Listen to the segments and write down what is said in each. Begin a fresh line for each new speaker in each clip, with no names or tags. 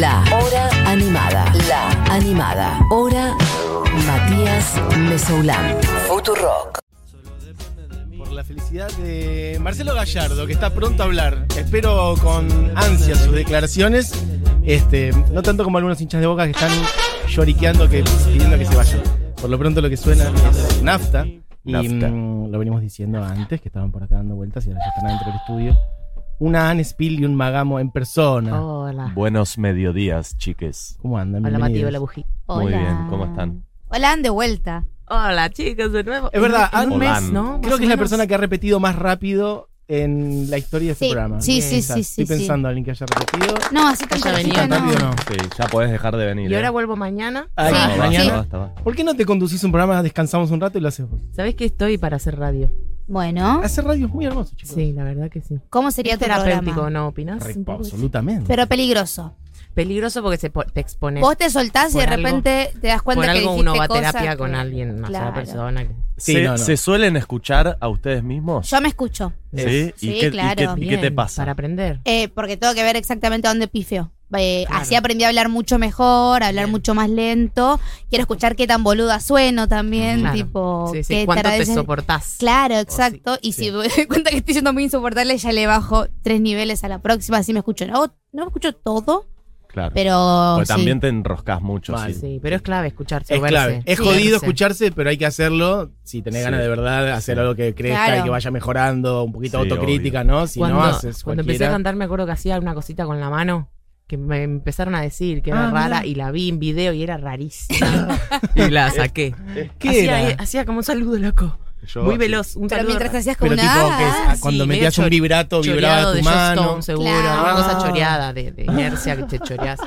La Hora Animada. La Animada. Hora Matías Mesoulán. Futurock.
Por la felicidad de Marcelo Gallardo, que está pronto a hablar. Espero con ansia sus declaraciones. Este, no tanto como algunos hinchas de boca que están lloriqueando que pidiendo que se vaya. Por lo pronto lo que suena es nafta. Y
Nafta.
mm, lo venimos diciendo antes, que estaban por acá dando vueltas y ahora ya están adentro del estudio. Una Anne Spill y un Magamo en
Oh.
persona.
Hola.
Buenos mediodías, chiques.
¿Cómo andan?
Hola Mati,
Bienvenidos.
hola Bují.
Muy bien, ¿cómo están?
Hola, han de vuelta.
Hola chicos, de nuevo.
Es verdad,
En un
Ann-
mes,
Hola,
¿no?
Creo que es la persona que ha repetido más rápido en la historia de este
Sí,
programa.
sí, sí,
Quizás.
sí, sí,
Estoy
sí.
pensando a alguien que haya repetido.
No, así tan
Ella venía,
cortita,
Tan rápido
no.
no.
Sí, ya podés dejar de venir.
Y ahora
¿eh?
vuelvo mañana.
Ay,
Sí,
Ah, basta,
mañana.
basta, basta.
¿Por qué no te conducís un programa, descansamos un rato y lo haces vos?
¿Sabés que estoy para hacer radio?
Bueno,
Hacer radio es muy hermoso, chicos.
Sí, Ah, la verdad que sí.
¿cómo sería
Es
tu
terapéutico,
programa?
¿no opinas?
Re- absolutamente.
Pero peligroso.
Peligroso porque se po- te expones.
Vos te soltás y
Por
de
algo-
repente te das cuenta
Por
que
algo
dijiste
uno va a
cosas
terapia
que-
con alguien, una sola
Claro.
persona. que-
Sí,
¿Se,
no, no.
se suelen escuchar a ustedes mismos?
Yo me escucho.
Sí,
Sí,
¿Y, qué, y
claro.
qué- y qué te
Bien,
pasa?
Para aprender.
Eh, porque tengo que ver exactamente a dónde pifio. Eh,
Claro.
Así aprendí a hablar mucho mejor, a hablar
Bien.
mucho más lento. Quiero escuchar qué tan boluda sueno también.
Claro.
Tipo,
Sí, sí,
qué
¿Cuánto te Oh,
taradeces-
soportás?
Claro, exacto. Y si me doy cuenta que estoy siendo muy insoportable, ya le bajo tres niveles a la próxima. Así me escucho. No, no me escucho todo,
Claro.
pero.
Pues
Porque
sí.
también te enroscas mucho.
Mal.
sí.
Sí, pero es clave escucharse.
Es
verse,
clave. Es
verse.
jodido escucharse, pero hay que hacerlo si tenés
Sí.
ganas de verdad, hacer
Sí.
algo que crezca
Claro.
y que vaya mejorando, un poquito de
Sí,
autocrítica, ¿no? Si
cuando,
no haces
cuando empecé
cualquiera.
a cantar me acuerdo que hacía una cosita con la mano que me empezaron a decir que
Ah,
era rara
mirá.
y la vi en video y era rarísima y la saqué.
¿Qué
hacía, e-,
era?
hacía como un saludo loco,
Yo-
muy veloz, un
Pero
saludo
mientras hacías como
Pero tipo,
una.
que es-
ah,
sí,
cuando
medio
metías un
chor-
vibrato,
choreado
vibraba
de
tu
Joss
mano.
Stone, seguro,
Claro.
una cosa choreada de, de inercia que te choreás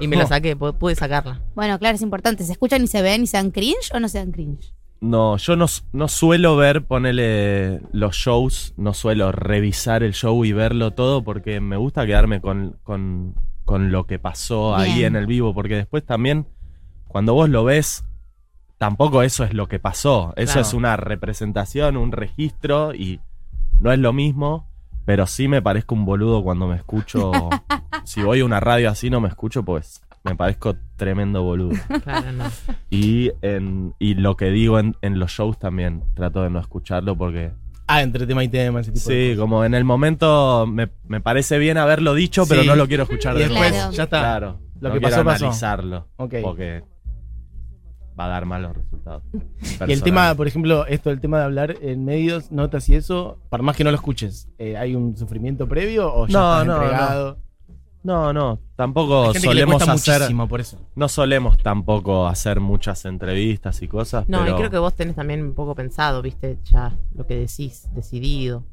y me la saqué, pu- pude sacarla.
Bueno, claro, es importante. ¿Se escuchan y se ven y se dan cringe o no se dan cringe?
No, yo no, s- no suelo ver, ponele los shows, no suelo revisar el show y verlo todo porque me gusta quedarme con, con- con lo que pasó ahí
Bien.
en el vivo, porque después también, cuando vos lo ves, tampoco eso es lo que pasó, eso
Claro.
es una representación, un registro y no es lo mismo, pero sí me parezco un boludo cuando me escucho, si voy a una radio así no me escucho, pues me parezco tremendo boludo.
Claro, no.
Y, en, y lo que digo en, en los shows también, trato de no escucharlo porque...
Ah, entre tema y tema, ese tipo de
Sí, como en el momento me, me parece bien haberlo dicho, pero
Sí.
no lo quiero escuchar
cosas. Y
de
después
nuevo.
Claro.
ya está.
Claro,
Lo
no
que
quiero
pasó, pasó.
analizarlo
Ok.
porque va a dar malos resultados.
Y el
Personal.
tema, por ejemplo, esto, el tema de hablar en medios, notas y eso, por más que no lo escuches, eh, ¿hay un sufrimiento previo o ya
No,
estás
no, no.
entregado?
No, no,
Hay
tampoco
gente que le
solemos
cuesta
hacer...
muchísimo por eso.
No solemos tampoco hacer muchas entrevistas y cosas,
No,
pero...
y creo que vos tenés también un poco pensado, viste, ya lo que decís, decidido.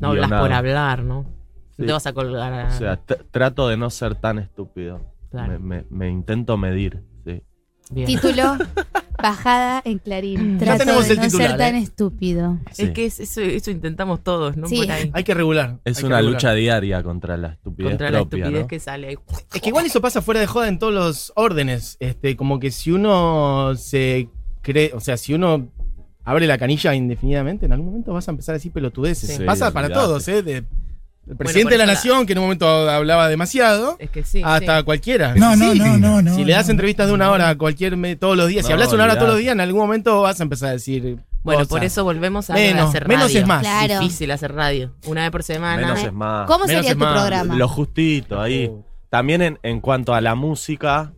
No hablas
Guionado.
por hablar, ¿no?
Sí.
No te vas a colgar a...
O sea, tr- trato de no ser tan estúpido.
Claro.
Me, me- me intento medir, sí.
Bien.
Título: Bajada en Clarín.
Ya
Trato
tenemos
de
el
no
titular,
ser tan
¿eh?
estúpido.
Sí.
Es que es- eso, eso intentamos todos, ¿no?
Sí.
Por ahí.
Hay que regular.
Es
hay que
una
regular.
lucha diaria contra la estupidez
Contra la
propia,
estupidez
¿no?
que sale. ahí.
Es que igual eso pasa fuera de joda en todos los órdenes. Este, como que si uno se cree, o sea, si uno abre la canilla indefinidamente, en algún momento vas a empezar a decir pelotudeces.
Sí.
pasa
Sí,
para
olvidate.
todos, ¿eh? De- el presidente de
por
la
eso la-
nación, que en un momento hablaba demasiado,
Es que sí.
hasta
sí.
cualquiera.
No, no,
Sí.
no, no, no.
si le das
no.
entrevistas de una hora a cualquier me- todos los días, si
No,
hablas una hora todos los
olvidate.
días, en algún momento vas a empezar a decir.
Bueno,
cosas.
por eso volvemos a
menos,
hacer radio.
menos es más.
Claro.
Difícil hacer radio. Una vez por semana.
Menos es más.
¿Cómo
Ah, Menos
sería
es
tu
más.
programa?
Lo justito ahí.
Oh,
También en, en cuanto a la música,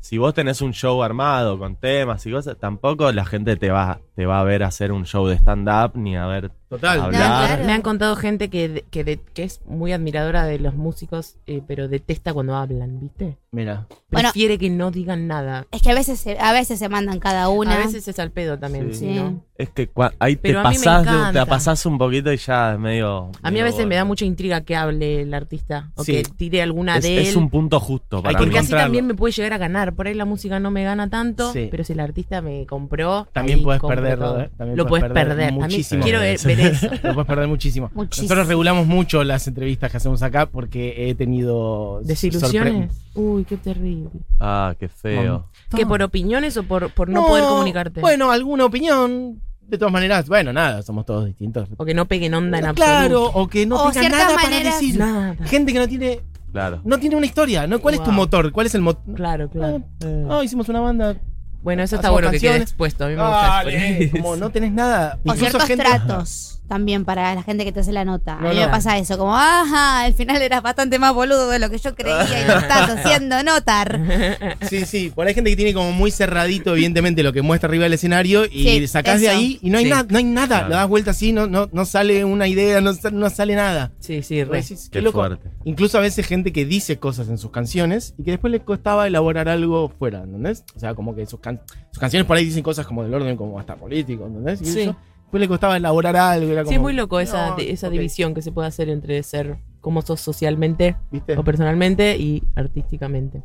si vos tenés un show armado con temas y cosas, tampoco la gente te va, te va a ver hacer un show de stand-up ni a ver
Total.
hablar.
No, claro.
Me han contado gente que, de- que, de- que es muy admiradora de los músicos, eh, pero detesta cuando hablan, ¿viste?
Mira.
Bueno.
Prefiere que no digan nada.
Es que a veces, se, a veces se mandan cada una.
A veces es al pedo también,
Sí.
sí, ¿no?
Es que cua- ahí te
Pero a mí me
pasás, de- te
encanta.
la pasás un poquito y ya es medio.
A mí a
medio
veces me da
borde.
mucha intriga que hable el artista o
Sí.
que tire alguna
Es,
de él.
es un punto justo para
que
mí.
Porque así
encontrarlo.
también me puede llegar a ganar. Por ahí la música no me gana tanto,
Sí.
pero si el artista me compró.
También
ahí
puedes
compro
perderlo,
todo.
¿eh? También
Lo
puedes
puedes
perder
perder. A mí
muchísimo.
quiero ver, ver eso.
Lo puedes perder muchísimo.
Muchísimo.
Nosotros regulamos mucho las entrevistas que hacemos acá porque he tenido
Desilusiones.
sorpre-
Uy, qué terrible.
Ah, qué feo.
¿Que por opiniones o por, por no, poder comunicarte?
Bueno, alguna opinión. De todas maneras, bueno, nada, somos todos distintos.
O que no peguen onda en
claro,
absoluto.
o que no
O
tengan
ciertas
nada para
maneras-
decir.
Nada.
Gente que no tiene
Claro.
No tiene una historia, ¿no? ¿Cuál es tu
Wow.
motor? ¿Cuál es el motor?
Claro, claro.
Ah, hicimos una banda.
Bueno, eso está
Hacemos
bueno que quede
canciones.
expuesto. A mí me gusta
Dale,
exponer.
como no tenés nada.
O
incluso
ciertos
gente-
tratos también para la gente que te hace la nota.
No,
a mí
no.
me pasa eso, como, ajá, al final eras bastante más boludo de lo que yo creía y lo estás haciendo notar.
Sí, sí, por ahí hay gente que tiene como muy cerradito, evidentemente, lo que muestra arriba del escenario y
Sí,
sacás de
eso.
ahí y no hay,
Sí.
nada, no hay nada.
Claro.
Le das vuelta así, no, no, no sale una idea, no, sal- no sale nada.
Sí, sí,
Vos
re.
decís,
Qué
qué loco.
fuerte.
Incluso a veces gente que dice cosas en sus canciones y que después le costaba elaborar algo fuera, ¿entendés? O sea, como que sus, can- sus canciones por ahí dicen cosas como del orden, como hasta político, ¿entendés? Y
Sí.
eso, después le costaba elaborar algo. Era como,
Sí, es muy loco esa,
no,
di- esa
ok,
división que se puede hacer entre ser cómo sos socialmente
¿Viste?
o personalmente y artísticamente.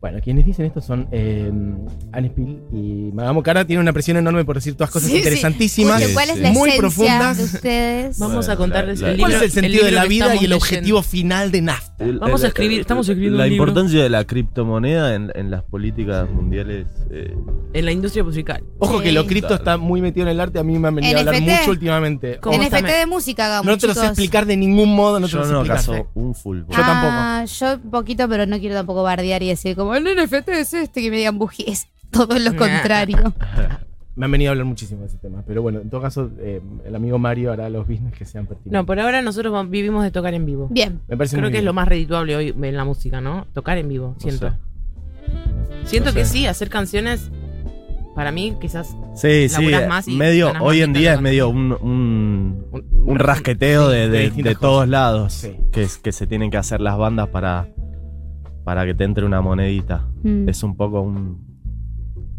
Bueno, quienes dicen esto son eh, Anne Spill y Magamo Cara. Tienen una presión enorme por decir todas cosas
Sí, sí.
interesantísimas.
Justo, ¿Cuál es la
muy
esencia
profundas.
de ustedes?
Vamos a
Bueno,
contarles
la- la-
el
¿Cuál
libro.
es el sentido de
libro
la
que
vida y el
estamos
objetivo final de NAFTA?
Vamos a escribir- estamos escribiendo
La
un libro.
importancia de la criptomoneda en, en las políticas mundiales. eh,
leyendo En la industria musical.
Ojo que
Sí.
lo cripto está muy metido en el arte. A mí me han venido a hablar
NFT.
mucho últimamente.
¿Cómo
NFT
está me-
de música, hagamos,
No te lo sé
chicos.
explicar de ningún modo. No te
yo
lo sé
no
explicar.
caso un fulbo.
Yo
Ah, yo un poquito, pero no quiero tampoco bardear y decir como el NFT es este que me digan buji. Es todo lo contrario.
Me han venido a hablar muchísimo de ese tema. Pero bueno, en todo caso, eh, el amigo Mario hará los business que sean pertinentes.
No, por ahora nosotros va- vivimos de tocar en vivo.
Bien.
me parece
Creo
muy
que es
bien.
lo más redituable hoy en la música, ¿no? Tocar en vivo,
No
siento.
sé.
Siento
No
que
sé.
sí, hacer canciones, para mí quizás
Sí, sí.
Laburás más y
medio,
ganas más
hoy en
guita
día es
tocando.
medio un, un,
un,
un rasqueteo de, de-
de distintas
de todos lados
Sí.
que, es- que se tienen que hacer las bandas para, para que te entre una monedita.
Mm.
Es un poco un. un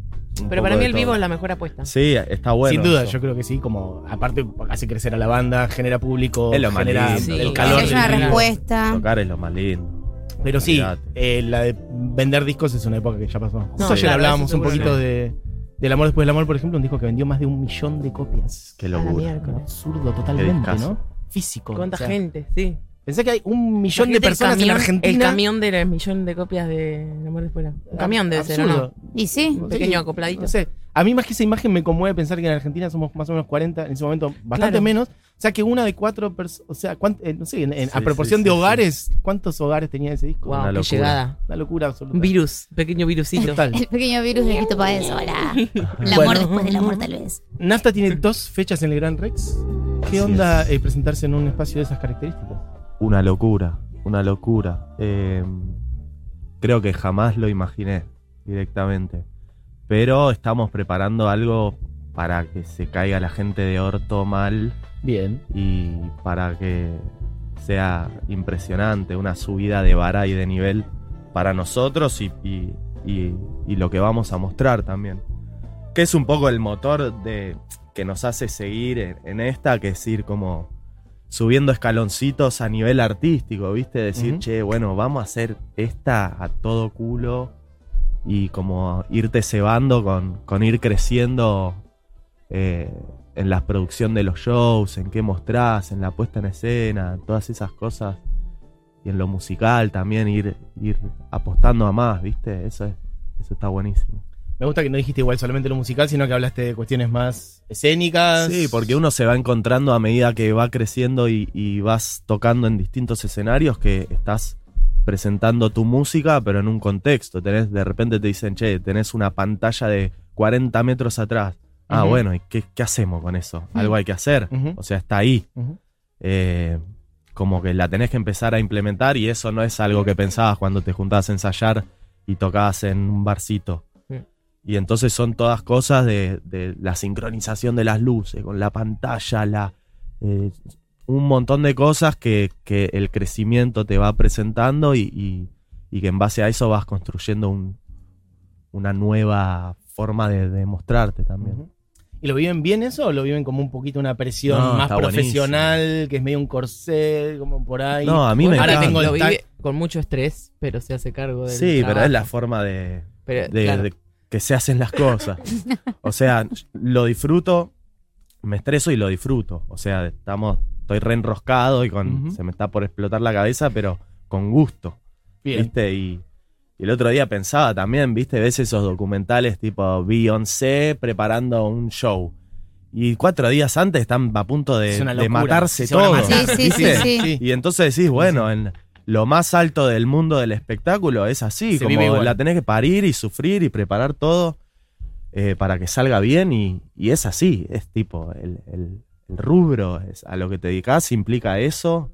Pero
poco
para mí
de
el vivo
todo.
es la mejor apuesta.
Sí, está bueno.
Sin duda,
eso.
yo creo que sí, como aparte hace crecer a la banda, genera público,
Es lo más
genera
lindo,
el
sí.
calor.
Que
del
haya una
vivo.
respuesta.
Tocar es lo más lindo.
Pero sí,
Olvídate.
eh, la de vender discos es una época que ya pasó. Justo ayer
claro,
hablábamos
eso
un poquito
seguro.
de, del amor después del amor, por ejemplo, un disco que vendió más de un millón de copias.
Qué
A la
locura.
miércoles.
Absurdo totalmente,
discazo.
¿no? Físico.
¿Cuánta
o sea,
gente? Sí.
Pensé que hay un millón de
Imagínate el
personas
camión-
en
El
Argentina.
camión de un millón de copias de El Amor de Escuela. Un camión debe ser, ¿o
Ah, Absurdo.
¿no?
Y sí.
Un pequeño acopladito.
No sé. A mí más que esa imagen me conmueve pensar que en Argentina somos más o menos 40, en ese momento bastante
Claro.
menos. O sea que una de cuatro personas, o sea, cuánt- eh, no sé, en- en-
Sí,
a proporción
sí,
de
sí,
hogares, ¿cuántos hogares tenía ese disco?
Wow,
Una
qué
locura.
llegada.
Una locura absoluta.
Un virus, un pequeño virusito.
Total.
El pequeño virus de Quito Páez, hola. El amor
Bueno.
después del amor, tal vez.
Nafta tiene dos fechas en el Gran Rex. ¿Qué
Así
onda
es.
eh, presentarse en un espacio de esas características?
Una locura, una locura. Eh, creo que jamás lo imaginé directamente. Pero estamos preparando algo para que se caiga la gente de orto mal
Bien.
y para que sea impresionante, una subida de vara y de nivel para nosotros y, y- y- y lo que vamos a mostrar también. Que es un poco el motor de, que nos hace seguir en, en esta, que es ir como subiendo escaloncitos a nivel artístico, ¿viste? Decir,
Ujú.
che, bueno, vamos a hacer esta a todo culo y como irte cebando con, con ir creciendo eh, en la producción de los shows, en qué mostrás, en la puesta en escena, en todas esas cosas. Y en lo musical también ir, ir apostando a más, ¿viste? Eso, es, eso está buenísimo.
Me gusta que no dijiste igual solamente lo musical, sino que hablaste de cuestiones más escénicas.
Sí, porque uno se va encontrando a medida que va creciendo y, y vas tocando en distintos escenarios que estás presentando tu música, pero en un contexto. Tenés, de repente te dicen, che, tenés una pantalla de 40 metros atrás. Ah,
Ujú.
bueno, ¿y qué, qué hacemos con eso? Algo hay que hacer.
Ujú.
O sea, está ahí.
Ujú.
Eh, como que la tenés que empezar a implementar y eso no es algo que pensabas cuando te juntabas a ensayar y tocabas en un barcito.
Mm.
Y entonces son todas cosas de, de la sincronización de las luces, con la pantalla, la, eh, un montón de cosas que, que el crecimiento te va presentando y, y- y que en base a eso vas construyendo un- una nueva forma de, de mostrarte también.
Ujú. ¿Y lo viven bien eso o lo viven como un poquito una presión
No,
más
está
profesional, que es medio un corsé, como por ahí?
No, a mí
Bueno,
me
ahora
encanta.
tengo
lo
el
vive
tac-
con mucho estrés, pero se hace cargo de
Sí, pero es la forma de, de, de que se hacen las cosas. O sea, lo disfruto, me estreso y lo disfruto. O sea, estamos, estoy reenroscado y con,
Ujú.
se me está por explotar la cabeza, pero con gusto.
Bien.
¿Viste? Y, y el otro día pensaba también, ¿viste? Ves esos documentales tipo Beyoncé preparando un show. Y cuatro días antes están a punto de,
Es una
de
locura.
matarse
Se van a
todo.
matar.
Sí, sí, sí,
¿viste?
sí.
Y entonces decís, bueno, en lo más alto del mundo del espectáculo es así,
Se vive
como
igual.
la tenés que parir y sufrir y preparar todo eh, para que salga bien y, y es así, es tipo el, el- el rubro es a lo que te dedicas implica eso,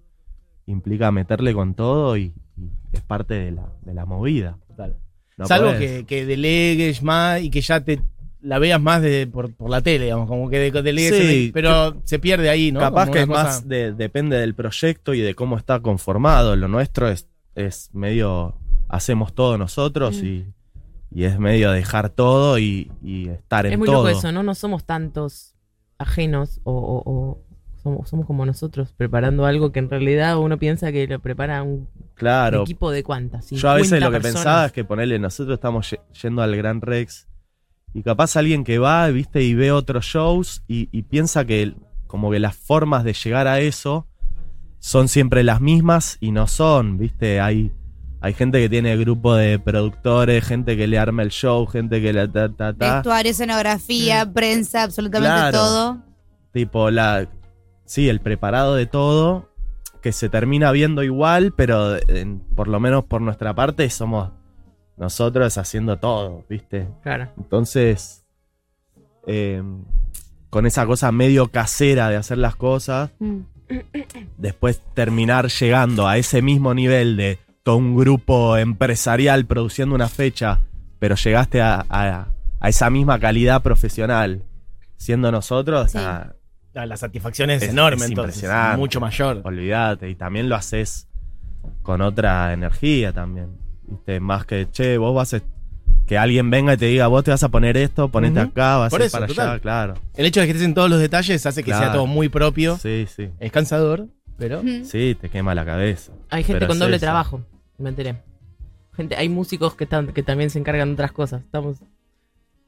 implica meterle con todo y, y es parte de la, de la movida. No
Salvo
podés.
que, que delegues más y que ya te la veas más de, por, por la tele, digamos, como que de- delegues.
Sí,
pero se pierde ahí, ¿no?
Capaz
Como una
que es
cosa-
más, de- depende del proyecto y de cómo está conformado. Lo nuestro es, es medio, hacemos todo nosotros
Mm.
y, y es medio dejar todo y, y estar
Es
en
muy
todo.
loco eso, ¿no? No somos tantos ajenos o, o- o somos, somos como nosotros preparando algo que en realidad uno piensa que lo prepara un
Claro.
equipo de cuántas.
Yo a veces
50
lo que
personas.
pensaba es que ponerle, nosotros estamos ye- yendo al Gran Rex y capaz alguien que va, viste, y ve otros shows y, y piensa que el- como que las formas de llegar a eso son siempre las mismas y no son, viste, hay, hay gente que tiene grupo de productores, gente que le arma el show, gente que la ta ta ta.
Vestuario, escenografía, prensa, absolutamente
Claro.
todo.
Tipo, la. Sí, el preparado de todo. Que se termina viendo igual, pero en- por lo menos por nuestra parte somos nosotros haciendo todo, ¿viste?
Claro.
Entonces. eh, con esa cosa medio casera de hacer las cosas,
Mm.
después terminar llegando a ese mismo nivel de todo un grupo empresarial produciendo una fecha, pero llegaste a, a- a esa misma calidad profesional siendo nosotros,
Sí.
ah,
Ah, La satisfacción es,
Es-
enorme,
es
entonces.
impresionante.
Mucho mayor.
Olvídate, y también lo haces con otra energía también. ¿viste? Más que, che, vos vas a... Que alguien venga y te diga, vos te vas a poner esto, ponete
Ujú.
acá, vas
Por
a ir
eso,
para
total.
allá, claro.
El hecho de que estés en todos los detalles hace que sea
Claro.
todo muy propio.
Sí, sí.
Es cansador, pero.
Mm.
Sí, te quema la cabeza.
Hay gente
Pero
con
es
doble
eso.
trabajo, me enteré. Gente, hay músicos que, están, que también se encargan de otras cosas. Estamos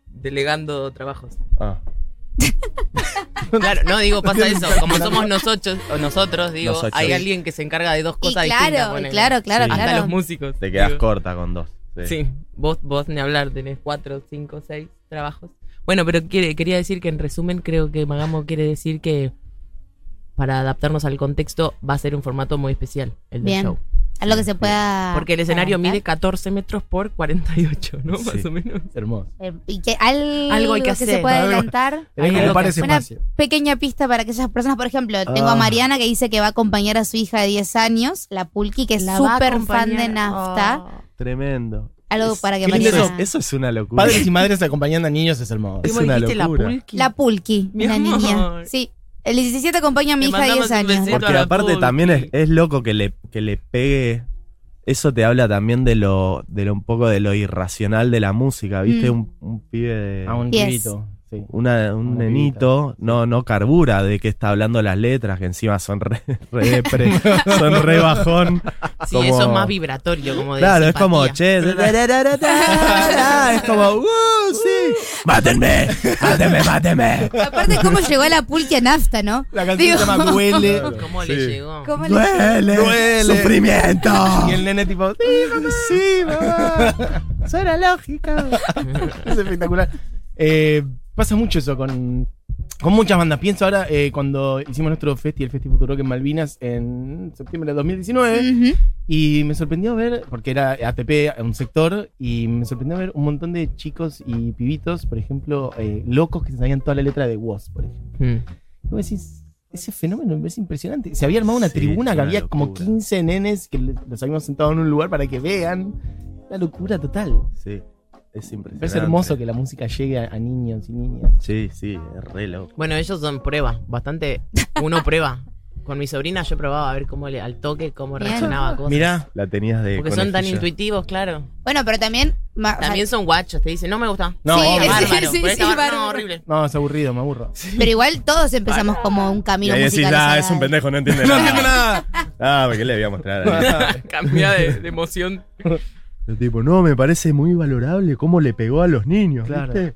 delegando trabajos.
Ah,
Claro, no digo, pasa eso. Como somos nosotros, o nosotros digo,
Nosotros.
hay alguien que se encarga de dos
Y
cosas distintas.
claro, y
ponele.
claro, claro,
Sí.
Hasta
claro.
los músicos.
te quedas
digo.
corta con dos. Sí.
Sí, vos, vos ni hablar, tenés cuatro, cinco, seis trabajos. Bueno, pero quiere- quería decir que en resumen creo que Magamo quiere decir que para adaptarnos al contexto va a ser un formato muy especial el del
Bien. Ah,
show.
A lo que se pueda.
Porque el escenario
adaptar.
mide 14 metros por 48, ¿no? Más
Sí.
o menos.
Hermoso.
Eh, Y que al-
Algo hay que hacer.
se pueda
Algo-
adelantar.
Tenés que
Hay
ocupar
algo
ese
que- Una-
espacio.
Pequeña pista para aquellas personas, por ejemplo, tengo
Ah.
a Mariana que dice que va a acompañar a su hija de 10 años, la Pulqui, que es súper fan de Nafta.
Oh.
Tremendo.
Algo
Es-
para que
qué lindo
Mariana.
Eso, eso es una locura.
Padres y madres acompañando a niños es hermoso.
Es una locura.
La Pulqui,
Mi
una
amor.
niña. Sí, el 17 acompaña a mi
Te
hija de 10
mandamos un
años.
besito.
Porque
Ahora
aparte
puedo
también es,
vivir.
es loco que le, que le pegue. Eso te habla también de lo, de lo un poco de lo irracional de la música, ¿viste?
Mm.
Un, un pibe de.
A un
Yes.
grito. Sí.
una- un
Una
nenito no, no carbura de que está hablando las letras, que encima son re, re depre, son re bajón.
Sí,
Como-
eso es más vibratorio, como de
Claro, es como,
simpatía.
che, es como, uh, sí, mátenme, mátenme, mátenme.
Aparte, cómo llegó a la Pulqui a Nafta, ¿no?
La canción
Digo,
se llama Duele.
¿Cómo le
Sí.
llegó?
¿cómo le-
Duele,
Duele.
sufrimiento.
Y el nene tipo. "Sí,
Sí, mamá. Suena lógica.
Es espectacular. Eh, pasa mucho eso con, con muchas bandas. Pienso ahora eh, cuando hicimos nuestro festi, el Festi Futurock en Malvinas, en septiembre de 2019.
Ujú.
Y me sorprendió ver, porque era ATP, un sector, y me sorprendió ver un montón de chicos y pibitos, por ejemplo, eh, locos que se sabían toda la letra de Woz, por ejemplo.
Mm.
Y vos decís, ese fenómeno es impresionante. Se había armado una
Sí,
tribuna
es
que
una
había como
locura.
15 nenes que le- los habíamos sentado en un lugar para que vean. Una locura total.
Sí, es
Pero
impresionante.
es hermoso que la música llegue a, a niños y niñas.
Sí, sí, es re loco.
Bueno, ellos son pruebas, bastante. Uno prueba. Con mi sobrina yo probaba a ver cómo le, al toque, cómo
Bien.
reaccionaba a cosas.
Mirá,
La tenías de
Porque son tan
conejilla.
intuitivos, claro.
Bueno, pero también. ma- o sea,
También son guachos, te dicen, no me gusta.
No,
Sí,
obvio.
sí,
Bárbaro,
sí,
por
sí,
esta barba,
bárbaro.
no, horrible.
No, es aburrido, me aburro.
Pero igual todos empezamos como un
Y
camino
ahí decís,
musical.
ah,
hacia
es un
la-
pendejo, no entiende
No
nada.
entiendo nada.
Ah, porque le voy a mostrar. a él.
Cambia de, de emoción.
El tipo, no, me parece muy valorable cómo le pegó a los niños.
Claro.
¿viste?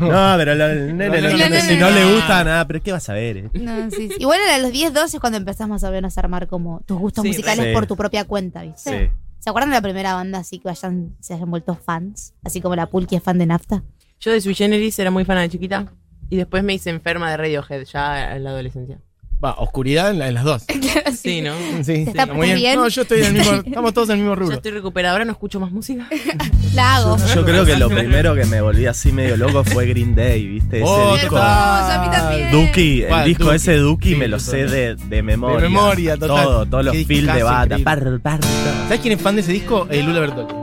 No, pero la- el nene,
No,
el
no,
nene,
no,
si no,
no, no.
le gusta nada, pero ¿qué vas a ver? eh?
No, sí, sí. Igual a los 10, 12 es cuando empezás más o menos a armar como tus gustos
Sí,
musicales
sí.
por tu propia cuenta, ¿viste?
Sí.
¿Se acuerdan de la primera banda así que vayan, se hayan vuelto fans? Así como la Pulqui es fan de Nafta.
Yo de Sui Generis era muy fan de chiquita. Y después me hice enferma de Radiohead, ya en la adolescencia.
Va, oscuridad en, la- en las dos.
Claro,
Sí, ¿no?
Sí,
está
muy
bien?
No, yo estoy en el mismo. Estamos todos en el mismo
Yo
rubro.
estoy recuperadora, no escucho más música.
La hago.
Yo creo que lo primero que me volví así medio loco fue Green Day, ¿viste? Ese
Oh,
disco.
total.
Hermoso, a mí también.
Duki, el
¿Cuál?
disco
Duki.
ese Duki
Sí,
me lo sé
total.
de, de memoria.
De memoria, total.
Todo, todos los
Qué
feels de
discazo
bata.
increíble.
Par, par, par.
¿Sabes quién es fan de ese disco? Eh, Lula Bertoldi.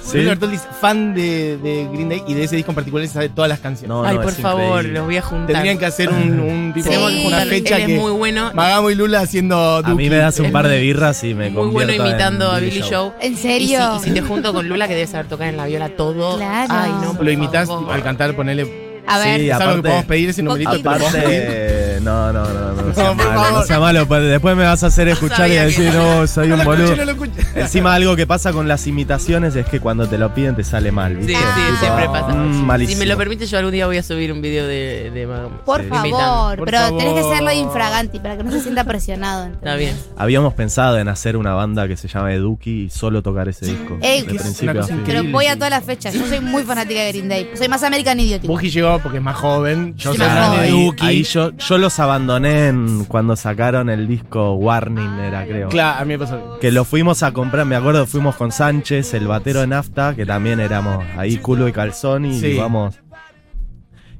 Sí.
Lula Bertoldi es fan de, de Green Day y de ese disco en particular se sabe todas las canciones.
No,
Ay,
no,
por
es
favor,
increíble.
los voy a juntar.
Tendrían que hacer un, un tipo,
Tenemos que
una
juntar.
fecha
Él
que
es muy bueno.
Magamo y Lula haciendo Duki.
A mí me das un
Es
par de birras y me
muy
convierto
bueno imitando
en
a Billy Joe.
¿En
Y si,
serio?
y si te junto con Lula, que debe saber tocar en la viola todo.
Claro.
Ay, no, por
Lo imitas
favor.
al cantar, ponele.
A ver.
Sí,
Es algo que
aparte-
podemos pedir ese numerito. que podemos pedir.
Aparte, no, no, no, no, no sea
No, por
malo, no
favor.
sea malo, pues después me vas a hacer escuchar y
sabía que-
decir, no, soy
No
un
lo
boludo.
escuché, no lo escuché.
Encima algo que pasa con las imitaciones es que cuando te lo piden te sale mal,
Sí,
¿viste?
sí,
Ah.
siempre pasa.
Mm,
Si
malísimo.
me lo permite, yo algún día voy a subir un video de, de Magamo.
Por
Sí.
favor,
Invítame.
Por
pero tenés que
favor.
hacerlo infraganti para que no se sienta presionado. ¿entendés?
Está bien.
Habíamos pensado en hacer una banda que se llame Duki y solo tocar ese disco.
Ey,
de
que-
principio
una
a
cosa
fin.
Pero
Increíble,
voy a
sí.
todas las fechas. Yo soy muy fanática de Green Day. Soy más American Idiotic.
Buji llegó porque es más joven. Yo soy
más
más
joven.
de
ahí,
Duki.
ahí yo, yo los abandoné en- cuando sacaron el disco Warning, era creo.
Claro, a mí me pasó.
Que lo fuimos a comprar, me acuerdo, fuimos con Sánchez, el batero de Nafta, que también éramos ahí culo y calzón y
Sí.
vamos.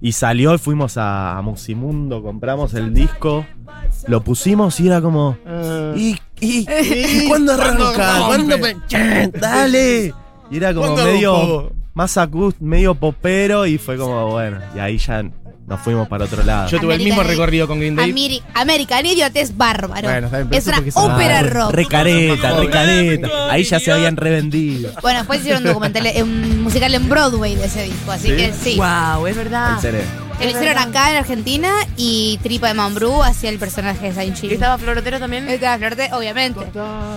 Y salió y fuimos a, a Musimundo, compramos el disco, lo pusimos y era como...
Eh,
¿Y, y, y cuándo arranca?
¿Cuándo
¿Cuándo me- che, ¡Dale! Y era como
¿Cuándo hago un
medio
poco?
más acústico, medio popero y fue como, bueno, y ahí ya nos fuimos para otro lado.
Yo tuve el
American
mismo
Idol.
recorrido con Green Day.
Ameri- American Idiot es bárbaro.
Bueno, está bien, pero
es
eso
una
porque es
ópera
bárbaro.
rock.
Ah, Recareta, recareta. Ahí ya se habían revendido.
Bueno, después hicieron un documental, eh, un musical en Broadway de ese disco, así
¿Sí?
que sí.
Wow, es
Ah.
verdad.
En serio.
Que lo hicieron acá en Argentina y Tripa de Mambrú hacía el personaje de Sanchi.
¿Y estaba Florotero también?
Estaba Florete, obviamente.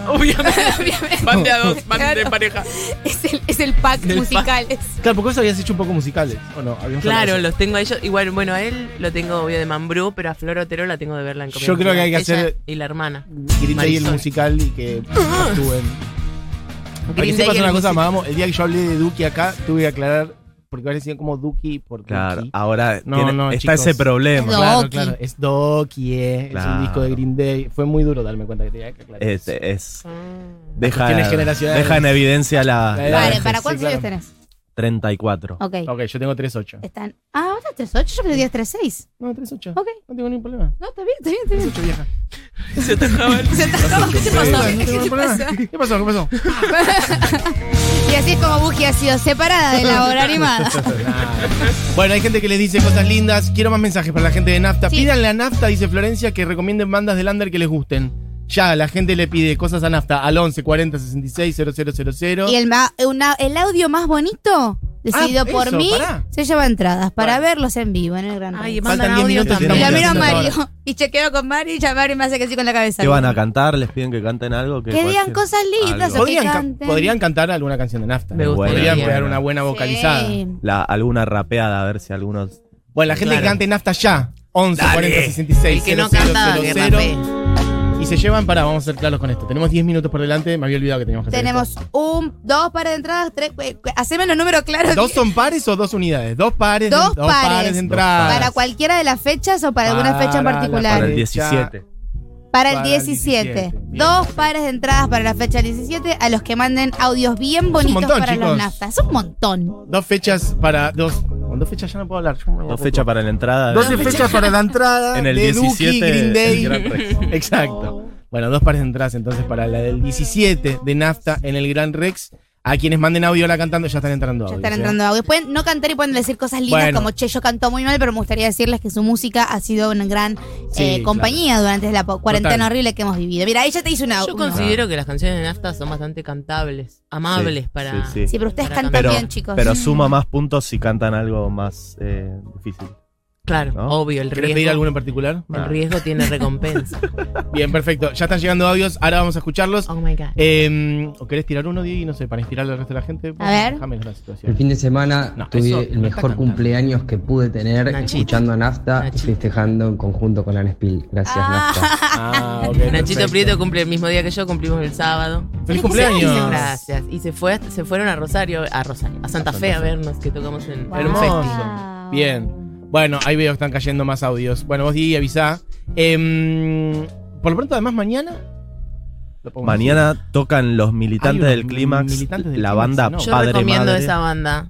Obviamente.
obviamente.
Van de a dos, van de
Claro.
pareja.
Es el, es el pack
Del
musical. es-
Claro, porque vos habías hecho un poco musicales. ¿O no? Habíamos hablado
Claro,
de eso.
los tengo a ellos. Igual, bueno, a él lo tengo obvio de Mambrú, pero a Florotero la tengo de verla en
Yo
Comedia
creo que hay que
Ella
hacer-
Y la hermana.
Green Day el
Marisol.
musical y que actúen. Para que
Green
sepas
Day,
una
el
cosa,
musical.
Magamo, el día que yo hablé de Duki acá, tuve que aclarar, porque ahora decían como Duki por
Claro,
Duki.
ahora
No,
tiene-
no,
está
chicos.
ese problema.
Claro,
Duki.
claro, es Doki, eh, es
Claro. Este.
un disco de Green Day. Fue muy duro darme cuenta que tenía que aclarar.
Es,
eso.
es-
Ah.
Mm.
deja,
cuestiones generacionales.
deja en evidencia la,
Vale,
la
Vale,
vejez.
¿para
sí,
cuántos
claro.
años tenés?
34.
Ok.
Ok, yo tengo 3.8.
Están. Ah, ahora 3.8, yo pensé que tenías 3.6.
No, 3.8.
Ok.
No tengo ningún problema.
No, está bien, está bien, está bien.
3.8 vieja.
Se atajaba el-
Se atajó. ¿Qué te pasó?
No tengo
¿Qué te
ningún problema.
pasó?
¿Qué pasó? ¿Qué pasó?
Y así es como Buki ha sido separada de la obra animada.
Bueno, hay gente que les dice cosas lindas. Quiero más mensajes para la gente de Nafta.
Sí.
Pídanle a Nafta, dice Florencia, que recomienden bandas de Lander que les gusten. Ya, la gente le pide cosas a Nafta al 11 40 66 0000.
Y el, ma- una- el audio más bonito, decidido
Ah,
por
eso,
mí,
pará.
se lleva entradas para
Pará.
verlos en vivo en el Gran
Ay,
Rex.
mandan
Faltan 10
audio
minutos,
Y
también.
la
tenemos
miro a
que hacer
Mario. Y chequeo con Mario y ya Mario me hace que sí con la cabeza.
¿Qué van a cantar? ¿Les piden que canten algo?
Que digan
cualquier-
cosas lindas
Algo.
o que
¿Podrían, ca-
canten.
podrían cantar alguna canción de Nafta.
Me
gustaría.
Podrían pegar
Bueno.
una buena vocalizada.
Sí.
La, alguna rapeada, a ver si algunos.
Bueno, la gente
Claro.
que cante Nafta ya. 11 40 66
El que no
00
canta, que
00.
rapee.
Y se llevan para, vamos a ser claros con esto. Tenemos 10 minutos por delante. Me había olvidado que teníamos que hacer
Tenemos un, dos pares de entradas, tres. eh, eh, Haceme los números claros.
esto. ¿Dos son pares o dos unidades? Dos pares. de-
Dos pares.
de entradas.
para cualquiera de las fechas o para alguna
Para
fecha en
la
Para
particular.
el 17.
Para el
Para el
17.
17. Bien.
Dos pares de entradas para la fecha del 17 a los que manden audios bien bonitos
montón,
para los
chicos.
naftas. Es un montón.
Dos fechas para. Dos, con dos fechas ya no puedo hablar. yo me vuelvo
Dos fechas para la entrada.
loco. 12
de-
fechas para la entrada.
En el
de
17.
Duki, Green
el
Day.
Gran Rex.
Exacto. Bueno, dos pares de entradas entonces para la del 17 de NAFTA en el Gran Rex. A quienes manden audio la cantando ya están entrando
Ya
audios,
están
¿eh?
entrando audios. Pueden no cantar y pueden decir cosas lindas
Bueno.
como Che, yo canto muy mal, pero me gustaría decirles que su música ha sido una gran
Sí,
eh,
claro.
compañía durante la po- cuarentena
Total.
horrible que hemos vivido. Mira, ella te hizo una.
Yo
uno.
considero que las canciones de Nafta son bastante cantables, amables
Sí,
para.
sí, sí.
Sí, pero ustedes
Para
cantan
cantar.
Pero,
bien, chicos.
pero suma más puntos si cantan algo más eh, difícil.
Claro,
¿No?
obvio, el
¿Querés pedir Ah.
riesgo.
alguno en particular?
El riesgo tiene recompensa.
Bien, perfecto. Ya están llegando audios, ahora vamos a escucharlos.
Oh my god.
Eh, ¿O querés tirar uno, Diego? No sé, para inspirar al resto de la gente. Pues,
ver.
Déjame la
El
situación.
fin de semana
No,
tuve
eso no
el
está
mejor
cantando.
cumpleaños que pude tener
Nachito.
escuchando a Nafta
Nachito.
y festejando en conjunto con Ana Spill. Gracias,
Ah.
Nafta.
Ah, ok,
Nachito
perfecto.
Prieto cumple el mismo día que yo, cumplimos el sábado.
¡Feliz cumpleaños!
Gracias. Y se fue, se fueron a Rosario, a Rosario, a Santa Fe a vernos que tocamos en
Wow.
en un
Hermoso.
festival.
Bien. Bueno, ahí veo que están cayendo más audios. Bueno, vos di avisá Em, por lo pronto, además, mañana. lo podemos
Mañana tocan los militantes
Oh, Hay
del
unos
Clímax,
militantes del
la
Clímax,
banda
no.
Yo
Padre
recomiendo
Madre.
esa banda.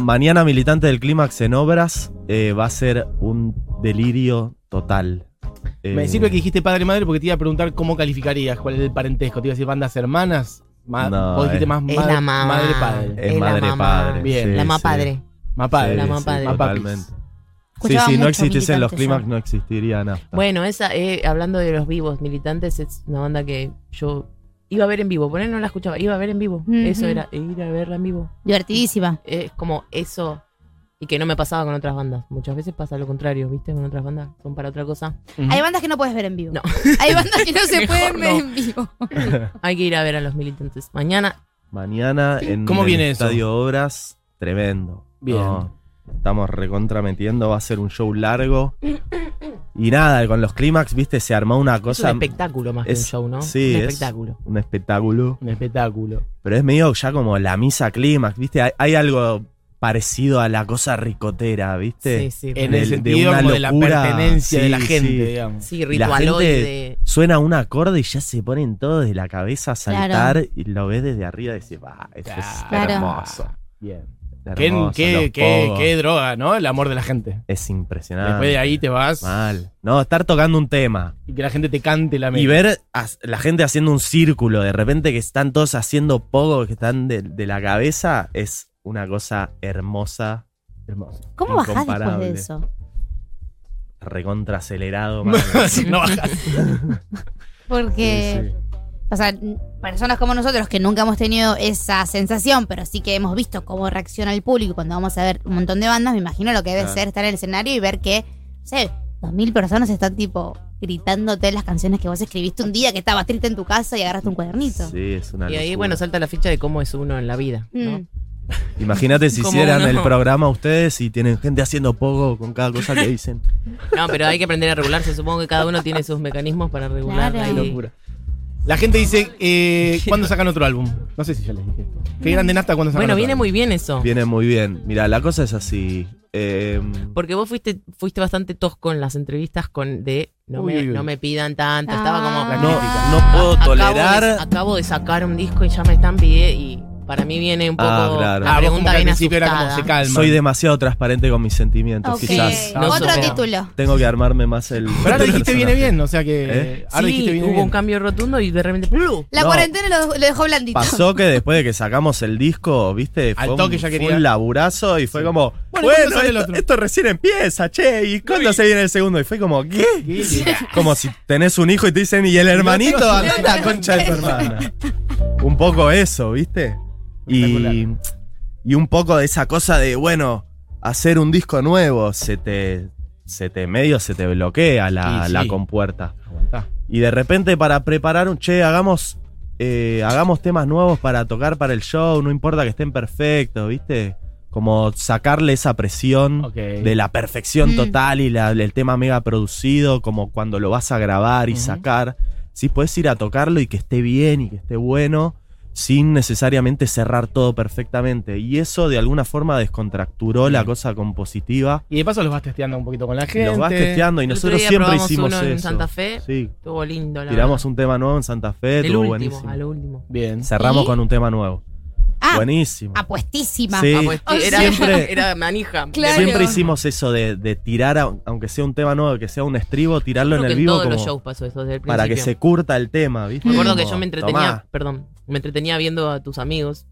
Mañana militante del Clímax en Obras eh, va a ser un delirio total.
decir.
Eh,
Me sirve que dijiste padre madre porque te iba a preguntar cómo calificarías, cuál es el parentesco. Te iba a decir bandas hermanas. Ma-
No, eh.
vos dijiste
es-
más
Es
madre,
la mamá.
madre padre.
es
Es la
madre
mamá.
padre.
Bien.
sí,
la más
sí.
padre.
Más padre.
la mamá
sí,
padre.
Más papis.
totalmente. Sí,
Escuchaba
si no
mucho
existiesen los
militantes
clímax,
yo.
no existiría nada.
Bueno, esa, eh, hablando de los vivos, militantes, es una banda que yo iba a ver en vivo. Por ahí no la escuchaba, iba a ver en vivo.
Ujú.
Eso era, eh, ir a verla en vivo.
Divertidísima.
Es como eso. Y que no me pasaba con otras bandas. Muchas veces pasa lo contrario, ¿viste? Con otras bandas son para otra cosa.
Ujú.
Hay bandas que no puedes ver en vivo.
No.
Hay bandas que no se
Mejor
pueden ver
no.
en vivo.
Hay que ir a ver a los militantes. Mañana,
Mañana en
¿Cómo
el
viene eso?
Estadio Obras, tremendo.
Bien.
estamos recontrametiendo, va a ser un show largo. Y nada, con los clímax, viste, se armó una
es un
cosa,
espectáculo más
es-
que un show, ¿no?
sí,
un
es-
espectáculo.
un espectáculo.
Un espectáculo.
Pero es medio ya como la misa clímax, viste, hay, hay algo parecido a la cosa ricotera, viste.
Sí, sí.
En
De-
el
de
sentido
una
como de la
locura,
pertenencia de la
sí,
gente,
sí.
digamos.
Sí,
Y la
ritualoide.
gente Suena un acorde y ya se ponen todos de la cabeza a saltar y lo ves desde arriba y decís, va, esto es
Claro.
hermoso.
Bien. Qué,
hermoso,
qué-
los
qué-
pogos.
qué droga, ¿no? El amor de la gente.
Es impresionante.
Después de ahí te vas
Mal. No, estar tocando un tema
y que la gente te cante la
Ah. y
mente.
ver a la gente haciendo un círculo, de repente que están todos haciendo poco, que están de, de la cabeza, es una cosa hermosa,
Hermoso.
¿Cómo bajás después de
Incomparable.
eso?
recontra acelerado.
Si no bajas.
Porque, o sea, n- personas como nosotros que nunca hemos tenido esa sensación, pero sí que hemos visto cómo reacciona el público cuando vamos a ver un montón de bandas, me imagino lo que debe
Claro.
ser estar en el escenario y ver que, no sé, dos mil personas están tipo gritándote las canciones que vos escribiste un día que estabas triste en tu casa y agarraste un cuadernito.
Sí, es una
Y ahí,
locura.
bueno, salta la ficha de cómo es uno en la vida. ¿no?
Mm.
Imagínate si
Como
hicieran
uno.
el programa ustedes y tienen gente haciendo poco con cada cosa que dicen.
No, pero hay que aprender a regularse. Supongo que cada uno tiene sus mecanismos para regular.
Claro.
Qué
ahí.
locura. La gente dice, eh, ¿cuándo sacan otro álbum? No sé si ya les dije esto. Qué grande Nasta cuando sacan
Bueno,
otro
viene
álbum?
muy bien eso.
Viene muy bien. Mira, la cosa es así. eh,
Porque vos fuiste, fuiste bastante tosco en las entrevistas con de no,
Uy,
me,
uy, uy.
no me pidan tanto. Estaba como.
Ah.
no, no puedo
"Acabo de-
tolerar.
Acabo de, sacar un disco y ya me están pidiendo. Y para mí viene un poco.
Ah, claro.
La
Ah, vos como que
pregunta
al
viene
principio era como
asustada.
se calma.
Soy demasiado transparente con mis sentimientos.
Ok.
Quizás
no
Otro
supongo.
título.
tengo que armarme más el.
Pero ahora dijiste
el
viene
personaje.
bien, o sea que.
¿Eh?
Ahora
Sí,
dijiste viene
hubo
bien.
un cambio rotundo y de repente. ¡plu!
La
No.
cuarentena lo, lo dejó blandito.
Pasó que después de que sacamos el disco, viste,
Al
fue,
toque
un,
ya
fue
quería.
un laburazo y fue como,
Bueno, ¿y
bueno,
cuándo sale el
esto,
otro?
esto recién empieza, che, ¿y cuándo se viene el segundo? Y fue como, ¿qué?
Sí, sí.
Como si tenés un hijo y te dicen, ¿y el hermanito?
otro?
Andá a la concha de tu hermana. Un poco eso, viste. Y,
Espectacular.
y un poco de esa cosa de, bueno, hacer un disco nuevo, se te, se te medio, se te bloquea la,
Y sí.
la compuerta.
Aguantá.
Y de repente para preparar un, che, hagamos, eh, hagamos temas nuevos para tocar para el show, no importa que estén perfectos, ¿viste? Como sacarle esa presión
Ok.
de la perfección
Mm.
total y la- el tema mega producido, como cuando lo vas a grabar y
Ujú.
sacar. Sí, puedes ir a tocarlo y que esté bien y que esté bueno, sin necesariamente cerrar todo perfectamente. Y eso de alguna forma descontracturó la cosa compositiva.
Y de paso los vas testeando un poquito con la gente.
Los vas testeando y
El otro
nosotros
día
siempre
probamos
hicimos
uno en
eso.
Santa Fe.
Sí,
Estuvo lindo. La
tiramos
verdad.
un tema nuevo en Santa Fe,
Del
estuvo
último,
buenísimo.
a lo último.
Bien.
Cerramos
¿Y?
con un tema nuevo.
Ah,
buenísimo.
apuestísima.
Sí.
Ah, pues,
O
era,
siempre-
era manija.
Claro.
Eh, Siempre hicimos eso de, de tirar, a- aunque sea un tema nuevo, que sea un estribo, tirarlo
Creo
en
que
el vivo
todos los
como-
shows pasó eso desde el principio.
para que se curta el tema, ¿viste?
Me acuerdo
Como,
que yo me entretenía,
tomá.
perdón, me entretenía viendo a tus amigos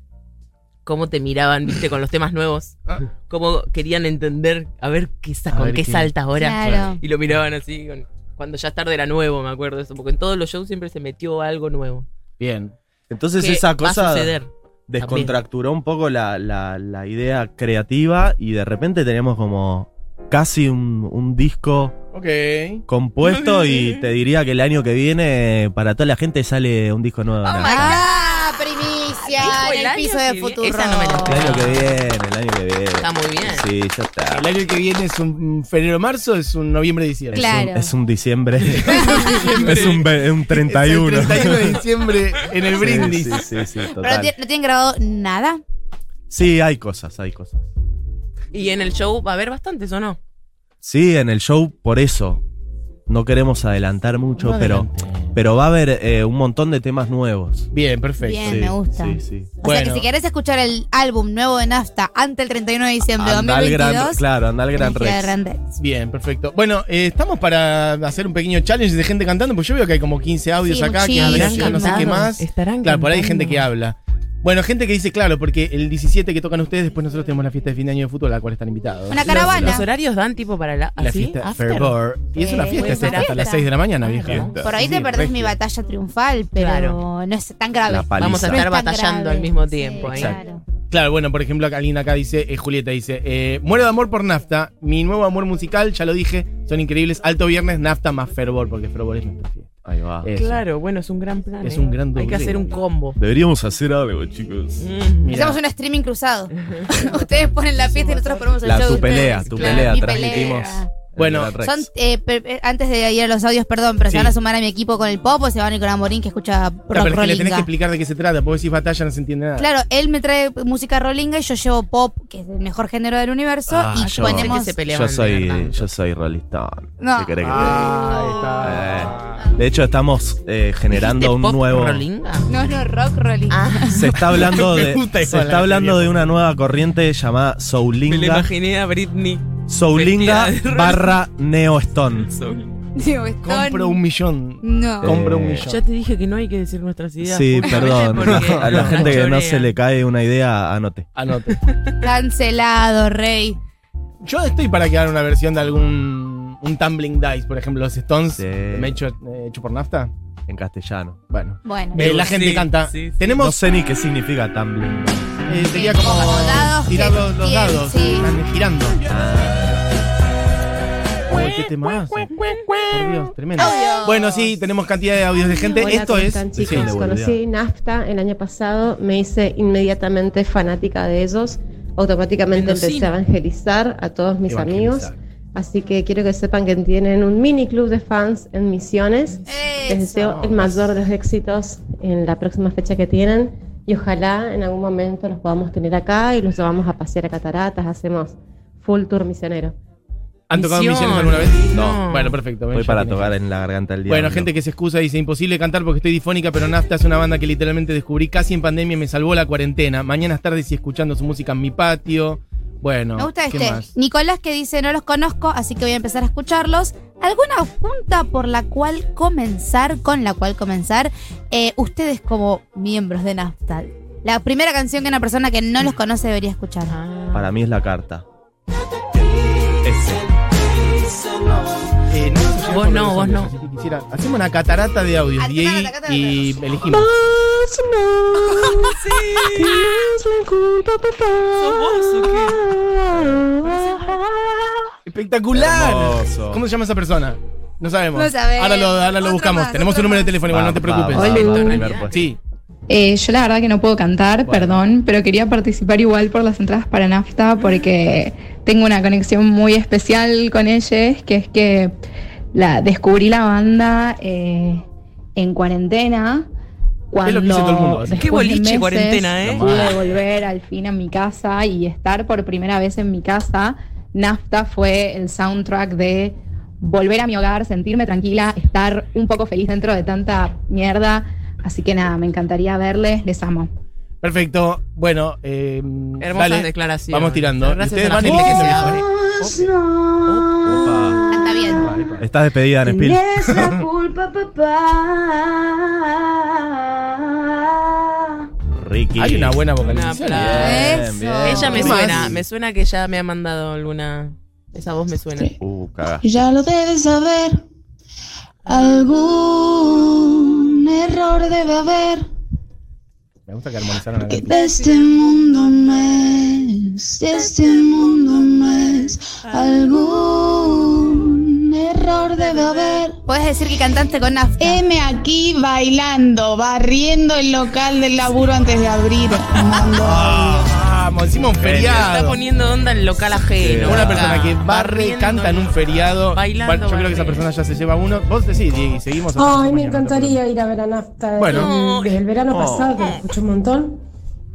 cómo te miraban, viste, con los temas nuevos,
Ah.
cómo querían entender, a ver qué sa-
A
con
ver
qué
qué-
saltas ahora.
Claro.
Y lo miraban así, con- cuando ya es tarde era nuevo, me acuerdo eso, porque en todos los shows siempre se metió algo nuevo.
Bien.
Entonces
que
esa
va a
cosa
suceder.
descontracturó un poco la, la- la idea creativa y de repente tenemos como casi un, un disco
Ok.
compuesto y te diría que el año que viene para toda la gente sale un disco
Oh
nuevo. ¿no?
Ah, primicia
Dijo el
en el
año
piso
que
de
vi-
futuro.
esa no me la
El año que viene, el año que viene.
Está muy bien.
Sí, ya está.
El año que viene es un febrero-marzo, es un noviembre-diciembre.
Claro.
Es un, es un diciembre. es un, ve- un
Es el
31.
31 de diciembre en el
Sí,
brindis.
Sí, sí, sí,
Pero no,
total.
tie- no tienen grabado nada.
Sí, hay cosas, hay cosas.
Y en el show va a haber bastantes, ¿o no?
Sí, en el show, por eso. no queremos adelantar mucho,
No
pero,
adelante.
pero va a haber eh, un montón de temas nuevos.
Bien, perfecto.
Bien, me gusta.
Sí, sí.
O sea
Bueno.
que si querés escuchar el álbum nuevo de Nafta antes del 31 de diciembre de
Andá al Gran-
2022,
claro, anda al Gran
tenés que ir
Rex.
al Gran Rex.
Bien, perfecto. Bueno, eh, estamos para hacer un pequeño challenge de gente cantando, porque yo veo que hay como 15 audios
Sí,
acá, que
muchísimo.
hablan,
Habrán
que no sé qué
cantado,
más.
estarán
Claro, por ahí hay
cantando.
gente que habla. Bueno, gente que dice, claro, porque el 17 que tocan ustedes, después nosotros tenemos la fiesta de fin de año de fútbol a la cual están invitados.
Una
Los,
caravana. ¿Ah,
los horarios dan tipo para la,
La
así,
fiesta
after.
Fervor. Y es una
Sí,
fiesta,
es
será
una
hasta las
fiesta.
6 de la mañana, vieja.
Fiesta.
Por ahí
Sí,
te
sí,
perdés mi
regia.
batalla triunfal, pero
Claro.
no es tan grave.
La paliza.
Vamos a
No es
estar
tan
batallando
grave.
al mismo
Sí,
tiempo. ahí.
claro.
Claro, bueno, por ejemplo, acá- alguien acá dice, eh, Julieta dice, eh, muero de amor por Nafta, mi nuevo amor musical, ya lo dije, son increíbles, Alto Viernes, Nafta más Fervor, porque Fervor es nuestra fiesta.
Ahí va.
Eh,
Claro, bueno, es un gran plan.
Es
¿eh?
un gran
Hay que
doble.
hacer un combo.
Deberíamos hacer algo, chicos.
Mm.
Mirá.
Hacemos un streaming cruzado. Ustedes ponen la fiesta y nosotros ponemos el
La
show. de
tu pelea,
ustedes.
tu
Claro,
pelea,
mi
transmitimos.
pelea.
el
Bueno,
Gran Rex.
Son, eh, per- eh, antes de ir a los audios, perdón, pero
Sí.
se van a sumar a mi equipo con el pop o se van a ir con Amorín que escucha rock
Claro, pero es que le tenés que
rollinga?
explicar de qué se trata, porque si batalla no se entiende nada.
Claro, él me trae música rollinga y yo llevo pop, que es el mejor género del universo,
Ah,
y
yo-
ponemos...
Que se peleaban
Yo
de
soy,
verdad.
yo soy rolista.
No.
¿Qué querés que te
Ah,
diga? Eh, de hecho, estamos eh, generando un
¿Dijiste pop
nuevo.
rolinga?
No, no, rock rollinga.
Ah.
Se está hablando
Me
de.
gusta
Se
igual la
está hablando
teoría.
de una nueva corriente llamada
Me la
Soulinga.
imaginé a Britney.
Soulinga
Vestida de rock.
barra Neo Stone.
está.
Digo, están-
Compro un millón.
No.
Eh,
Compro un
Ya
millón.
te dije que no hay que decir nuestras ideas.
Sí,
públicamente
perdón.
porque
A la
nos
gente que no se
chorean.
le cae una idea, anote.
Anote.
Cancelado, rey.
Yo estoy para quedar una versión de algún. Un Tumbling Dice, por ejemplo, los Stones.
Sí.
Me he hecho, eh, hecho por nafta.
En castellano.
Bueno.
Bueno.
Eh, la
Sí,
gente canta.
sí, sí.
No
Tenemos.
sé ni qué significa tumbling.
eh, sería como.
Como dados
tirar
que
los, los
tienen,
dados.
sí.
Están girando. Uy, qué temazo. Por Dios, tremendo.
Audios.
Bueno, sí, tenemos cantidad de audios de gente.
Hola,
Esto
¿cómo
es.
están,
decime,
chicos?
boludeada.
Conocí Nafta el año pasado, me hice inmediatamente fanática de ellos. Automáticamente
Mendocino.
empecé a evangelizar a todos mis amigos.
Evangelizar.
Así que quiero que sepan que tienen un mini club de fans en Misiones. Les
Eso.
deseo el mayor de los éxitos en la próxima fecha que tienen. Y ojalá en algún momento los podamos tener acá y los llevamos a pasear a cataratas. Hacemos full tour misionero.
¿Han tocado
Misiones.
misiones alguna vez?
No.
Bueno, perfecto.
Voy
ya
para
tiene.
tocar en la garganta del día.
Bueno, gente que se excusa dice imposible cantar porque estoy difónica, pero Nafta es una banda que literalmente descubrí casi en pandemia y me salvó la cuarentena. Mañanas tardes y escuchando su música en mi patio. Bueno,
Me gusta
¿qué
este.
más?
Nicolás que dice, no los conozco, así que voy a empezar a escucharlos. ¿Alguna punta por la cual comenzar, con la cual comenzar? Eh, ustedes como miembros de Naftal. La primera canción que una persona que no los conoce debería escuchar.
Ah.
Para mí es la carta. Ese.
Eh, no sé si
Vos
yo
no,
por los
vos no.
audios, si quisiera. Hacemos una catarata de audios
Ah,
y, ahí-
catarata, catarata.
y elegimos.
¿Sos vos o qué?
¡Espectacular!
Hermoso.
¿Cómo se llama esa persona? No sabemos.
No sabemos.
Ahora lo, ahora lo
Otro
buscamos.
más,
Tenemos
otro
un número de
más.
teléfono, igual no te preocupes.
va.
pues.
Sí,
Eh, yo la verdad que no puedo cantar,
Bueno.
perdón, pero quería participar igual por las entradas para Nafta porque
Ah.
tengo una conexión muy especial con ellos, que es que la, descubrí la banda eh, en cuarentena.
Es
Cuando
lo que dice todo el mundo.
después
Qué
de
boliche
meses,
cuarentena, ¿eh?
Pude volver al fin a mi casa y estar por primera vez en mi casa. Nafta fue el soundtrack de volver a mi hogar, sentirme tranquila, estar un poco feliz dentro de tanta mierda. Así que nada, me encantaría verles, les amo.
perfecto. Bueno, eh,
Hermosas
dale.
declaraciones.
Vamos tirando.
Gracias
Ustedes
a la
van
gente
eligiendo
que se
mejor.
abre.
Canta bien.
Estás despedida, Nespil.
Es la culpa,
Ah, ah,
papá.
Ricky.
Hay una buena
Un
vocalización. ¿eh?
aplauso.
Eso.
Ella me
¿Qué más?
suena, me suena que ya me ha mandado alguna. Esa voz me suena.
Sí.
Uh, cagá.
Ya lo debes saber. Algún error debe haber.
Me gusta que armonizaron acá.
Que de este mundo no es, de este mundo no es. Algún error debe haber. Eh,
Puedes decir que cantaste con Nafta.
M aquí bailando, barriendo el local del laburo antes de abrir.
Vamos, encima un
Está
feriado.
poniendo onda en local ajeno.
Una
acá.
persona que barre,
Barriendo
canta en un feriado.
Bailando,
Bueno, yo creo que esa
barriendo.
persona ya se lleva uno. Vos decís, Diego, y seguimos. hasta
Ay,
mañana,
me
no te
encantaría ir a ver a Nafta.
Bueno.
Bueno, desde el verano
Oh.
pasado que lo escuché un montón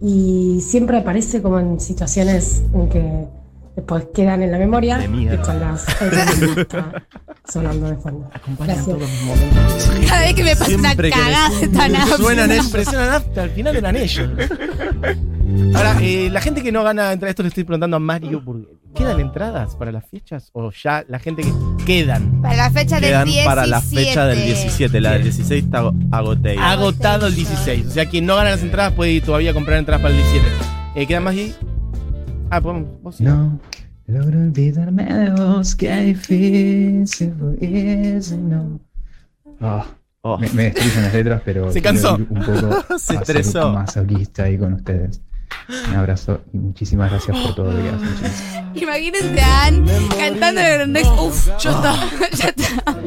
y siempre aparece como en situaciones en que después quedan en la memoria
De
y
mierda.
con las está sonando de fondo. Gracias.
Cada vez que me pasa una
Siempre que
cagada
me-
esta nafta.
Suenan ellos, pero suenan nafta, al final eran ellos. Ahora, eh, la gente que no gana entradas, esto le estoy preguntando a Mario Burguer. ¿Quedan entradas para las fiechas? ¿O ya la gente que quedan?
Para la fecha del
Quedan
17.
para la fecha del 17. La del 16 está ag- agoteada.
Agotado el 16. O sea, quien no gana las entradas puede ir todavía a comprar entradas para el 17. Eh, ¿Quedan más y.? Ah, podemos. vos sí.
No logro olvidarme de vos, qué difícil es, no. Ah,
Oh.
me, me destruyen las letras, pero.
Se cansó.
quiero ir Un poco
Se
a ser
estresó.
Masoquista ahí con ustedes. Un abrazo y muchísimas gracias por todo lo que hacen, chicos.
Imagínense a Anne cantando el Ernesto. Uf, yo estaba. ya estaba.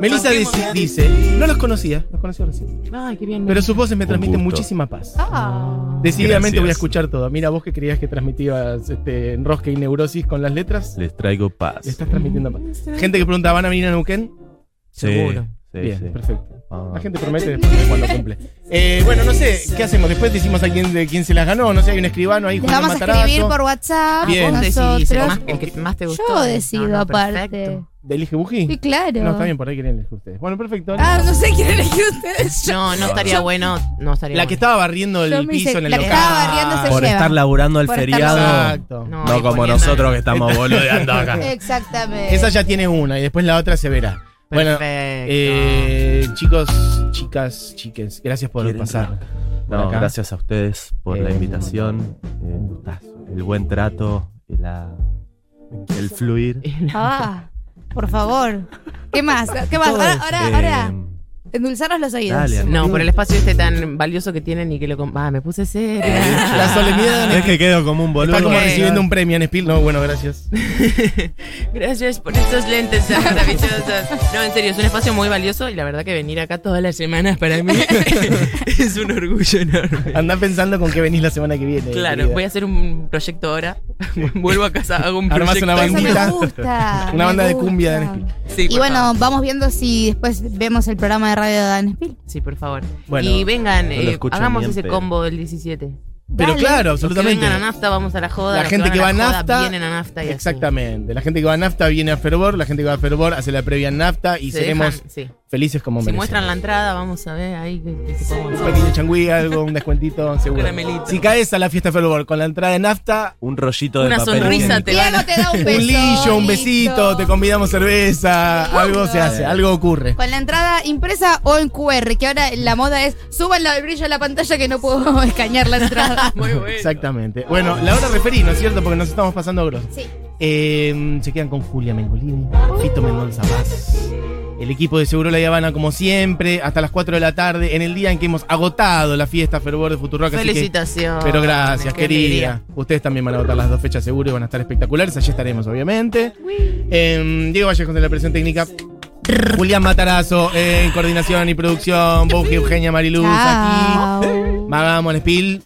Melissa dice, dice, No los conocía, los conocí recién.
Ay, qué bien.
Pero sus voces me
Un
transmiten
gusto.
muchísima paz.
Ah.
Decididamente
Gracias.
voy a escuchar todo. Mira, vos que creías que transmitías este, enrosque y neurosis con las letras,
Les traigo paz.
le estás transmitiendo paz. Gente que pregunta, ¿van a venir a Neuquén?
Sí,
Seguro.
sí,
Bien,
sí.
perfecto.
Ah.
La gente promete después de cuando cumple. Eh, bueno, no sé, ¿qué hacemos? Después decimos a quién, de quién se las ganó. No sé, hay un escribano ahí,
Les
Julián
vamos a escribir
Matarazo.
por WhatsApp.
Bien.
con
Vos decidís el,
Nosotros.
más- el que más te
Yo
gustó.
decido, aparte.
perfecto.
¿De Elige Bují?
Sí, claro.
No, está bien, por ahí quieren elegir ustedes. Bueno, perfecto.
Ah, no sé quién elegir ustedes. Yo,
No, no estaría bueno. No estaría
la que
bueno.
estaba barriendo
yo
el
me hice-
piso en el
la que
local.
estaba barriendo se
Por
lleva.
estar laburando el
Por estar
feriado.
Exacto.
No
No, y
como
poniendo-
nosotros que estamos boludeando acá.
Exactamente.
Esa ya tiene una y después la otra se verá. Bueno,
Perfecto.
eh, chicos, chicas, chiques, gracias por
¿Quieren
pasar. por
No,
acá.
gracias a ustedes por la
Eh,
invitación, eh, el buen trato, la- el fluir.
Ah, por favor. ¿Qué más? ¿Qué más?
Todo
Ahora,
eso.
ahora,
Eh,
ahora. Endulzarnos los oídos.
dale, amigo.
No, por el espacio este tan valioso que tienen y que lo... com- Ah, me puse seria.
Eh, La solemnidad de
Es que quedo como un boludo.
Está como
Ok.
recibiendo un premio en Spiel. No, bueno, gracias.
Gracias por estos lentes tan maravillosos. No, en serio, es un espacio muy valioso y la verdad que venir acá todas las semanas para mí es un orgullo enorme.
Andá pensando con qué venís la semana que viene.
Claro, pues,
querida.
voy a hacer un proyecto ahora. Vuelvo a casa, hago un
Armás
proyecto.
una
Eso
bandita.
me gusta.
Una
me
banda de
gusta.
cumbia de Nespil.
Sí, por
Y bueno,
favor.
vamos viendo si después vemos el programa de radio de Dan Spiel.
Sí, por favor.
Bueno,
y vengan,
no lo
eh,
escucho
hagamos
ni en
ese
pedo.
combo del 17.
Pero
Dale.
claro,
Los que
absolutamente.
vengan a NAFTA, vamos a la joda.
La
los
gente que va a
van la joda
NAFTA.
Vienen a NAFTA y así.
Exactamente. La gente que va a nafta viene a fervor, la gente que va a fervor hace la previa en nafta y
Se
seremos
dejan- sí.
felices como
Si
merecemos.
muestran la entrada, vamos a ver ahí que, que se
Un pequeño changüí, algo, un descuentito, seguro.
Caramelito.
Si caes a la fiesta fervor con la entrada en nafta,
Un rollito de
Una
papel.
sonrisa
higiénico.
te van
Diego
a...
te da un beso.
un lillo, un besito,
listo.
te convidamos cerveza, algo se hace, algo ocurre.
Con la entrada impresa o en QR, que ahora la moda es súbanlo al brillo a la pantalla que no puedo escanear la entrada.
Muy bueno.
Exactamente. Bueno, la hora referí, ¿no es cierto? Porque nos estamos pasando grosso.
Sí.
Eh, se quedan con Julia Mengolini, Fito Mendoza Vaz. El equipo de Seguro La Habana, como siempre, hasta las 4 de la tarde, en el día en que hemos agotado la fiesta Fervor de Futurock. así que-
Felicitaciones.
Pero gracias,
qué
querida.
alegría.
Ustedes también van a votar las dos fechas seguro y van a estar espectaculares. Allí estaremos, obviamente. Eh, Diego Vallejo de la presión técnica. Julián Matarazo eh, en coordinación y producción. Bouji, Eugenia Mariluz aquí.
Chao.
Magamo, Spiel.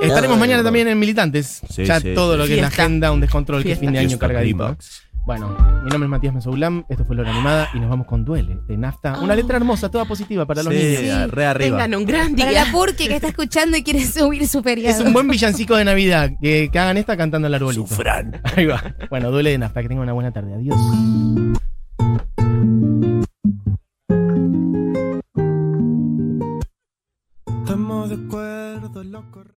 Estaremos mañana también en Militantes.
Sí,
ya
sí,
todo lo que es la
Fiesta.
agenda, un descontrol que es
Fiesta.
fin de año
Fiesta
cargadito.
Primox.
Bueno, mi nombre es Matías Mesoulam, esto fue La Hora Animada y nos vamos con Duele de Nafta.
Ah.
Una letra hermosa, toda positiva para los
Sí,
niños.
re arriba.
Tengan un gran día.
Para la Purque que está escuchando y quiere subir su
Es
feriado.
un buen villancico de Navidad. Que, que hagan esta cantando el arbolito. Ahí va. Bueno, duele de nafta. Que tengan una buena tarde. Adiós.
Estamos de acuerdo, loco.